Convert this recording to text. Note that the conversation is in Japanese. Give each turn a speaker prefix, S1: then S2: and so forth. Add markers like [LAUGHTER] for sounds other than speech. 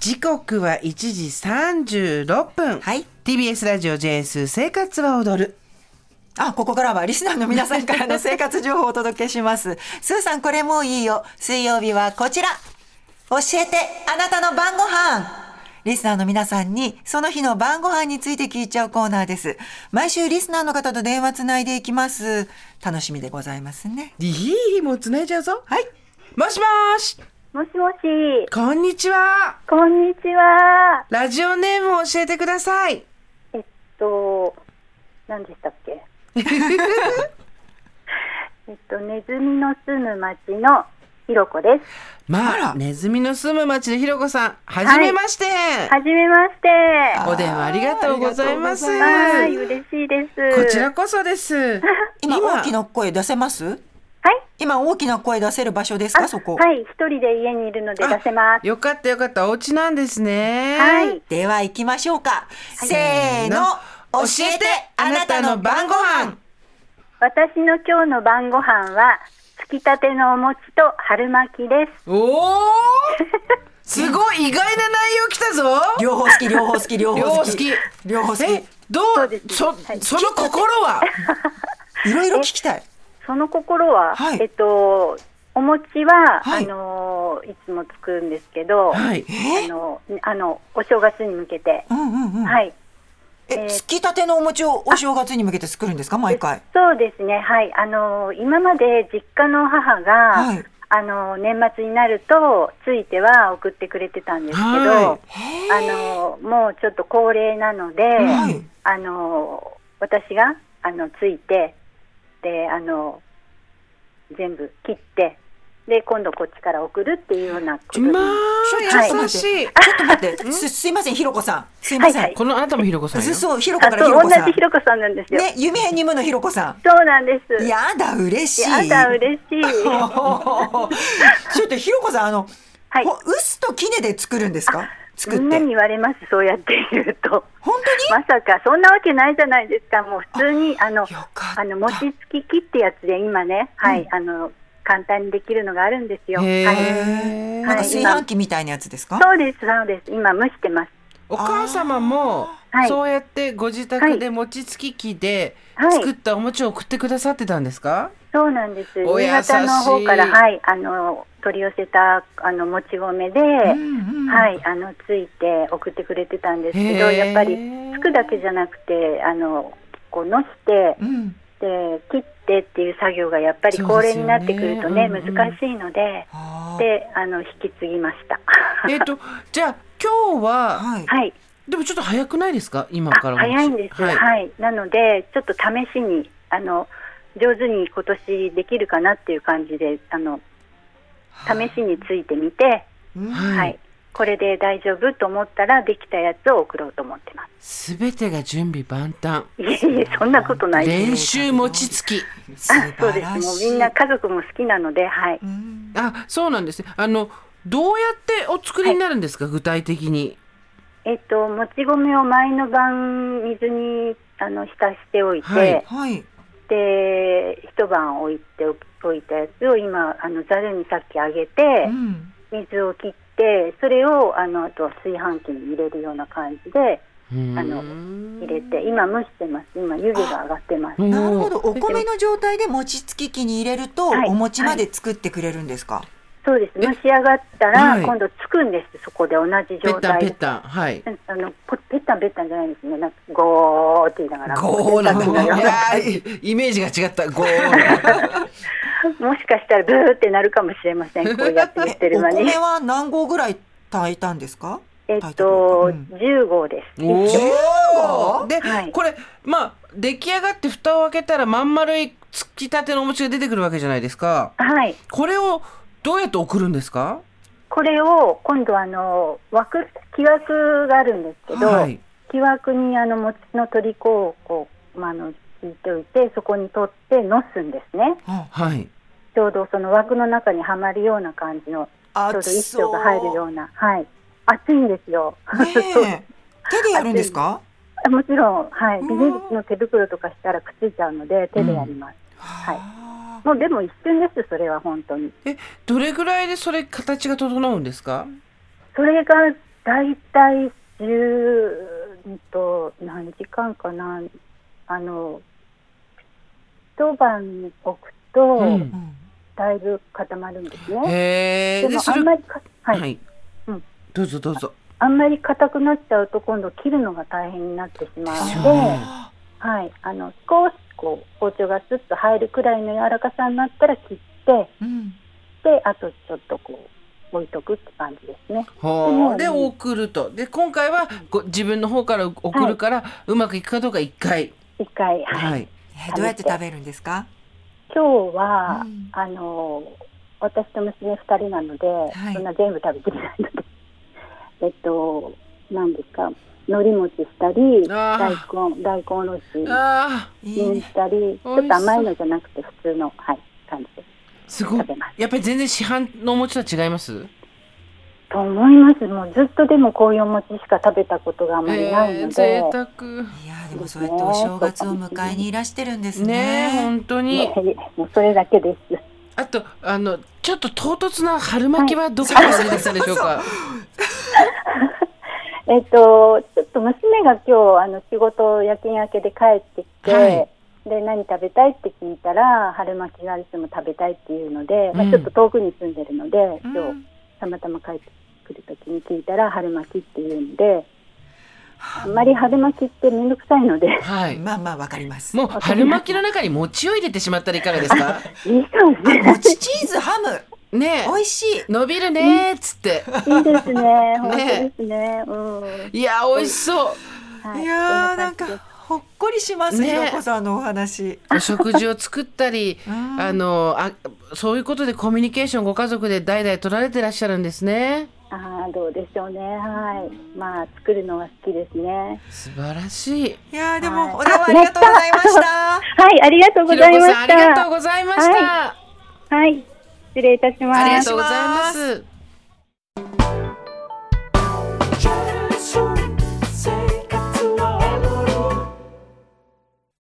S1: 時刻は1時36分。
S2: はい
S1: TBS ラジオ JS 生活は踊る。
S2: あ、ここからはリスナーの皆さんからの生活情報をお届けし [LAUGHS] ます。スーさん、これもういいよ。水曜日はこちら。教えて、あなたの晩ご飯。リスナーの皆さんに、その日の晩ご飯について聞いちゃうコーナーです。毎週リスナーの方と電話つないでいきます。楽しみでございますね。
S1: いいもう繋いじゃうぞ。
S2: はい。
S1: もしもし。
S3: もしもし、
S1: こんにちは。
S3: こんにちは。
S1: ラジオネームを教えてください。
S3: えっと、何でしたっけえっと、ネズミの住む町のひろこです。
S1: ま
S2: あ
S1: あ、
S2: ら
S1: ネズミの住む町のひろこさん、はじめまして。
S3: はじめまして。
S1: お電話ありがとうございます。
S2: ありがとうござ
S3: は
S2: ま
S3: い、嬉しいです。
S1: こちらこそ
S2: [LAUGHS]
S1: です。
S2: 今、大きな声出せます
S3: はい。
S2: 今、大きな声出せる場所ですかそこ。
S3: はい、一人で家にいるので出せます。
S1: よかったよかった、お家なんですね。
S3: はい。
S2: では行きましょうか。せーの、教えて、あなたの晩ご飯。
S3: 私の今日の晩ご飯は、つきたてのお餅と春巻きです。
S1: おお。すごい意外な内容きたぞ。
S2: 両方好き、両方好
S3: [LAUGHS]
S2: き、両
S1: 両
S2: 方
S1: 方
S2: 好
S1: 好
S2: き
S1: き。。
S2: 両方好
S1: え
S2: き。、
S1: ど
S3: そう
S1: う
S3: で、す
S1: そ
S3: は、い
S1: その心
S3: [LAUGHS]
S1: は。
S2: いろいろ聞きたい。
S3: その心は、
S2: はい
S3: えっと、お餅は、
S2: はい
S3: い、あのーいつも作るんですけど、
S1: はい。
S2: え
S3: あのあのお正月に向けて、
S2: うんうんうん。
S3: はい、
S2: え、つきたてのお餅をお正月に向けて作るんですか毎回。
S3: そうですね、はい、あのー今まで実家の母が、
S2: はい
S3: あのー年末になるとついては送ってくれてたんですけど、
S1: は
S3: あのーもうちょっと高齢なので、
S2: はい
S3: あのー私があのついてであのー全部切ってで今度こっちから送るっていうようなことに
S1: まあ、
S3: はい
S1: 優しい。
S2: ちょっと待って、す、すいません、ひろこさん。すいません。
S3: はい
S1: このあなたもひろこさんよ
S2: ず。そう、ひろこ
S3: あ
S2: からひ
S3: そ
S2: ろ
S3: う同
S2: こさん
S3: じひ。ろこさんなんですよ。
S2: ね、夢編にむのひろこさ
S3: そうなんです。
S2: ん。やだ、嬉しい。
S3: や
S2: [LAUGHS]
S3: だ、嬉
S2: ち
S3: しい。
S2: ょっとひろこさん、あの、
S3: はい
S2: ほ薄と絹で作るんですか作っ
S3: みんな
S2: て。
S3: に言われます、そうやって言うと。
S2: 本当
S3: ま
S2: に
S3: さか、そんなわけないじゃないですか。もう普通に、あの
S2: よかった、
S3: あの、餅つき機ってやつで、今ね、はい、あの、簡単にできるのがあるんですよ。はい。
S1: へー
S2: なんか
S3: はい
S2: 炊飯器みたいなやつですか
S3: そうです、そうです。今、蒸してます。
S1: お母様も
S3: は。い
S1: そうやってご自宅で餅つき機で
S3: はい
S1: 作ったお餅を送ってくださってたんですか、
S3: そうなんです。
S1: お優しい
S3: 新潟の方から、はい、あの、取り寄せた、あの、もち米で、はい、あの、ついて送ってくれてたんですけど、
S1: へー
S3: やっぱり、つくだけじゃなくて、あの、こう、のして、
S2: うん。
S3: で切ってっていう作業がやっぱり高齢になってくる
S1: そ
S3: とね
S1: うですよねうんうん
S3: 難しいので
S2: あー
S3: であの引き継ぎました
S1: えっと、じゃあ今日は、
S2: はい。
S3: [LAUGHS] はい
S1: でもちょっと早くないですか今
S3: あ
S1: から
S3: 早いんですはい、なのでちょっと試しにあの上手に今年できるかなっていう感じであの試しについてみて、
S1: はい
S3: はい、これで大丈夫と思ったらできたやつを送ろうと思ってます
S1: すべてが準備万端。
S3: いえいえそんなことないです
S1: 練習餅つき。
S2: 素晴
S3: そうで
S2: ら
S3: す
S2: しい
S3: もうみんな家族も好きなのではい
S2: うん
S1: あ、そうなんですね。あの、どうやってお作りになるんですか、具体的に。
S3: えっと、もち米を前の晩水にあの浸しておいて、
S1: はい
S2: はい。
S3: で一晩置いておきおいたやつを今あのざるにさっきあげて
S2: うん
S3: 水を切ってそれをあのあと炊飯器に入れるような感じで
S1: うーん
S3: あの入れて今蒸してます今湯気が上がってます
S1: おー
S2: なるほど。お米の状態で餅つき器に入れると、
S3: はい
S2: お餅まで作ってくれるんですか。
S3: そうです
S1: え
S3: 蒸し上がったら
S1: はい
S3: 今度つくんですそこで同じ
S1: ペ
S3: 状
S1: ッタン
S3: 態
S1: ペ
S3: で
S1: ッタン。はい。
S3: うんあのこぺったんぺったんじゃないんですねなんかゴーって言いながら
S1: ゴーなんだ。
S3: こうぺったんぺったん
S1: いやーイメージが違った。ゴ
S3: [LAUGHS]
S1: ー。
S3: もしかしたらブーってなるかもしれま
S1: [LAUGHS]
S3: せん。こうやって言って
S2: え
S3: る
S2: お
S3: 間に
S2: 米。は何合ぐらい炊いたんですか。
S3: えっと、
S2: 炊いた
S3: 10号です。
S1: お
S2: 15
S1: ーで、
S3: はい
S1: これ、まあ、出来上がって蓋を開けたら、まん丸いつきたてのお餅が出てくるわけじゃないですか。
S3: はい。
S1: これをどうやって送るんですか
S3: これを今度あの枠木枠があるんですけど、
S1: はい。
S3: 木枠にあの餅の取り粉をこうまああの引いておいてそこに取ってのすんですね。
S2: あ
S1: はい。
S3: ちょうどその枠の中にはまるような感じのちょうど一丁が入るようなはい。熱いんですよ。 [LAUGHS]
S2: ねえ手でやるんですか。
S3: もちろん、はい、
S2: う
S3: ビ
S2: ん
S3: ニールの手袋とかしたらくっついちゃうので手でやります。はい
S2: は
S3: もうでも一瞬ですそれは本当に。
S1: え、どれぐらいでそれ形が整うんですか
S3: それが大体10うんと何時間かなあの一晩置くと、
S1: うん
S2: うん
S3: だいぶ固まるんですね。
S1: へえ。
S3: でも
S1: そ
S3: あ
S1: れ
S3: んまりか、はい
S1: はい
S3: うん。
S1: どうぞどうぞ。
S3: あんまり硬くなっちゃうと今度切るのが大変になってしまう
S1: です
S3: の
S1: よ
S3: で、
S1: ね
S3: はい、あの少しこう包丁がスッと入るくらいの柔らかさになったら切って
S2: うん
S3: であとちょっとこう置いとくって感じですね。
S1: はあ。で
S3: でも
S1: 送ると。で今回はご自分の方から送るからうまくいくかどうか一回。
S3: 一回、はい
S1: はい。
S2: えどうやって食べるんですか
S3: 今日は、
S2: うん
S3: あの私と娘二人なので、
S2: い
S3: そんな全部食べていないので [LAUGHS] えっと何ですか海苔餅したり
S1: あ
S3: 大根大根おろし
S1: ああ
S2: いい
S3: に
S2: ね
S3: したりちょっと甘いのじゃなくて普通の、はい、感じです
S1: すごい
S3: 食。べます。
S1: やっぱり全然市販のお餅とは違います。
S3: と思いますもうずっとでもこういうお餅しか食べたことがあまりない
S1: えー
S3: ので、
S1: 贅沢。
S2: いやでもそうやってお正月を迎えにいらしてるんです
S1: ねえ
S2: ね
S1: 本当
S3: いや
S1: に。
S3: いや [LAUGHS] もうそれだけです。
S1: あとあのちょっと唐突な春巻きはどこから出てきたんでしょうか。
S3: えっと、ちょっと娘が今日あの仕事夜勤明けで帰ってきて、
S1: はい
S3: で何食べたいって聞いたら春巻きがいつも食べたいっていうので、ま
S1: う
S3: あ、
S1: ん
S3: ちょっと遠くに住んでるので、
S2: うん
S3: 今日たまたま帰ってくる時に聞いたら春巻きっていうんであんまり春巻きって面倒くさいので
S1: はい。
S2: まあまあわかります
S1: もう春巻きの中に餅を入れてしまったらいかがですか。
S3: いいかもし
S2: [LAUGHS] あ
S3: れない。
S2: 餅チーズハム
S1: ね
S2: 美味しい
S1: え伸びるねーっつって。
S3: いいですね。本当ですね。うん。
S1: いやー美味しそう。
S3: はい
S2: いやーなん
S3: そ
S2: か
S3: 感
S2: ほっこりします
S1: ね
S2: ひろこさんのお話。
S1: お食事を作ったり
S2: うん
S1: あのあそういうことでコミュニケーションご家族で代々取られてらっしゃるんですね
S3: じああどうでしょうね。はい。まあ作るのは好きですね。
S1: 素晴らしい
S2: いやーで
S3: はい
S2: もお電話ありがとうございました
S3: はい、ありがとうご
S1: ひ
S3: ざ
S1: ろ
S3: い
S1: こ
S3: ま
S1: さんあ
S3: し
S1: りがとう
S3: た。
S1: ございました、
S3: はい、失礼いたします。
S1: あり
S2: 願い
S1: が
S2: し
S1: とうござい
S2: ま
S1: ますす